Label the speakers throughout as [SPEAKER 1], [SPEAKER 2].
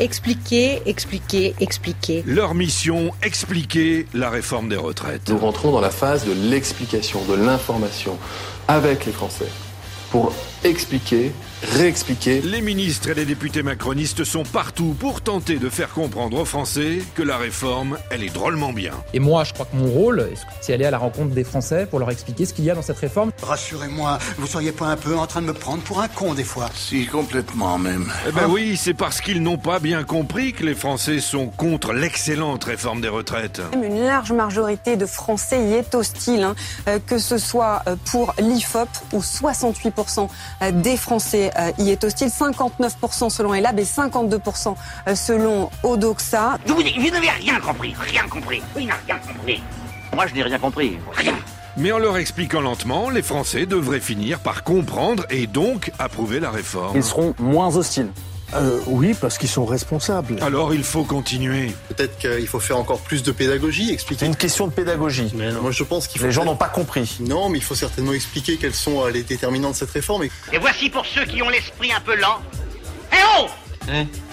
[SPEAKER 1] Expliquer, expliquer, expliquer.
[SPEAKER 2] Leur mission, expliquer la réforme des retraites.
[SPEAKER 3] Nous rentrons dans la phase de l'explication, de l'information avec les Français pour expliquer, réexpliquer.
[SPEAKER 2] Les ministres et les députés macronistes sont partout pour tenter de faire comprendre aux Français que la réforme, elle est drôlement bien.
[SPEAKER 4] Et moi, je crois que mon rôle, c'est aller à la rencontre des Français pour leur expliquer ce qu'il y a dans cette réforme.
[SPEAKER 5] Rassurez-moi, vous seriez pas un peu en train de me prendre pour un con des fois
[SPEAKER 6] Si, complètement même.
[SPEAKER 2] Eh ben oui, c'est parce qu'ils n'ont pas bien compris que les Français sont contre l'excellente réforme des retraites.
[SPEAKER 7] Même Une large majorité de Français y est hostile, hein, euh, que ce soit euh, pour l'IFOP où 68% euh, des Français euh, y est hostile, 59% selon ELAB et 52% euh, selon Odoxa.
[SPEAKER 8] Je vous dis, vous n'avez rien compris, rien compris. Il n'a rien compris. Moi, je n'ai rien compris. Rien.
[SPEAKER 2] Mais en leur expliquant lentement, les Français devraient finir par comprendre et donc approuver la réforme.
[SPEAKER 9] Ils seront moins hostiles.
[SPEAKER 10] Euh, oui, parce qu'ils sont responsables.
[SPEAKER 2] Alors il faut continuer.
[SPEAKER 11] Peut-être qu'il faut faire encore plus de pédagogie,
[SPEAKER 9] C'est
[SPEAKER 11] expliquer.
[SPEAKER 9] une question de pédagogie.
[SPEAKER 11] Moi, je pense qu'il faut.
[SPEAKER 9] Les gens n'ont pas compris.
[SPEAKER 11] Non, mais il faut certainement expliquer quels sont euh, les déterminants de cette réforme. Et
[SPEAKER 8] Et voici pour ceux qui ont l'esprit un peu lent. Eh oh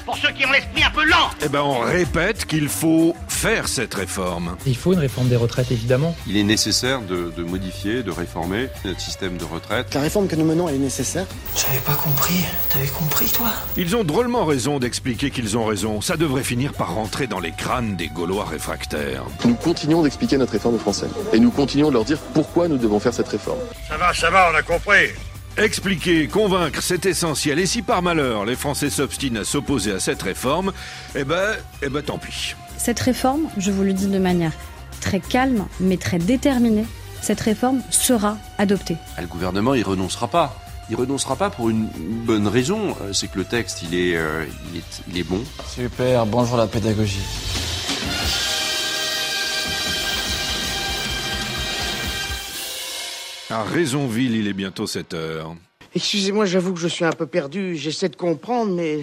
[SPEAKER 8] Pour ceux qui ont l'esprit un peu lent
[SPEAKER 2] Eh ben on répète qu'il faut faire cette réforme.
[SPEAKER 4] Il faut une réforme des retraites, évidemment.
[SPEAKER 12] Il est nécessaire de, de modifier, de réformer notre système de retraite.
[SPEAKER 10] La réforme que nous menons, elle est nécessaire.
[SPEAKER 5] J'avais pas compris. T'avais compris, toi
[SPEAKER 2] Ils ont drôlement raison d'expliquer qu'ils ont raison. Ça devrait finir par rentrer dans les crânes des Gaulois réfractaires.
[SPEAKER 3] Nous continuons d'expliquer notre réforme aux Français. Et nous continuons de leur dire pourquoi nous devons faire cette réforme.
[SPEAKER 6] Ça va, ça va, on a compris.
[SPEAKER 2] Expliquer, convaincre, c'est essentiel. Et si par malheur les Français s'obstinent à s'opposer à cette réforme, eh ben, eh ben tant pis.
[SPEAKER 13] Cette réforme, je vous le dis de manière très calme, mais très déterminée, cette réforme sera adoptée.
[SPEAKER 12] Ah, Le gouvernement, il renoncera pas. Il renoncera pas pour une une bonne raison, euh, c'est que le texte, il est, euh, il est, il est bon.
[SPEAKER 9] Super, bonjour la pédagogie.
[SPEAKER 2] À Raisonville, il est bientôt 7 heures.
[SPEAKER 8] Excusez-moi, j'avoue que je suis un peu perdu. J'essaie de comprendre, mais